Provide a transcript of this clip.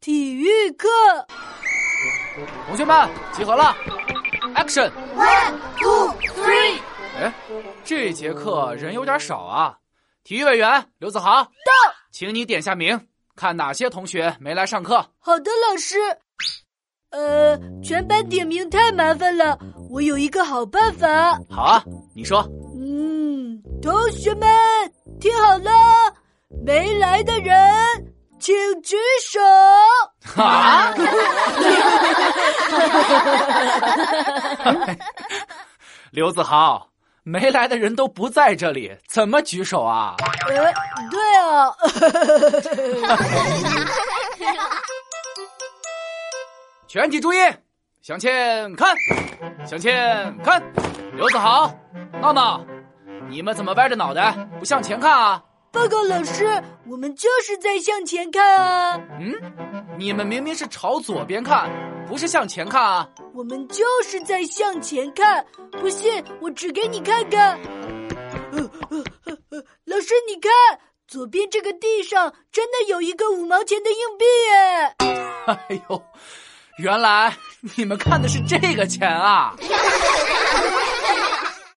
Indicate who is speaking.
Speaker 1: 体育课。
Speaker 2: 同学们集合了，Action！
Speaker 3: One, two, three，
Speaker 2: 哎，这节课人有点少啊。体育委员刘子豪，到，请你点下名，看哪些同学没来上课。
Speaker 1: 好的，老师。呃，全班点名太麻烦了，我有一个好办法。
Speaker 2: 好啊，你说。
Speaker 1: 嗯，同学们听好了，没来的人请举手。
Speaker 2: 啊！ 刘子豪，没来的人都不在这里，怎么举手啊？
Speaker 1: 呃，对啊，
Speaker 2: 全体注意，向前看，向前看。刘子豪，闹闹，你们怎么歪着脑袋不向前看啊？
Speaker 1: 报告老师，我们就是在向前看啊，
Speaker 2: 嗯，你们明明是朝左边看，不是向前看啊！
Speaker 1: 我们就是在向前看。不信，我指给你看看。呃呃呃呃，老师，你看，左边这个地上真的有一个五毛钱的硬币耶。
Speaker 2: 哎呦，原来你们看的是这个钱啊！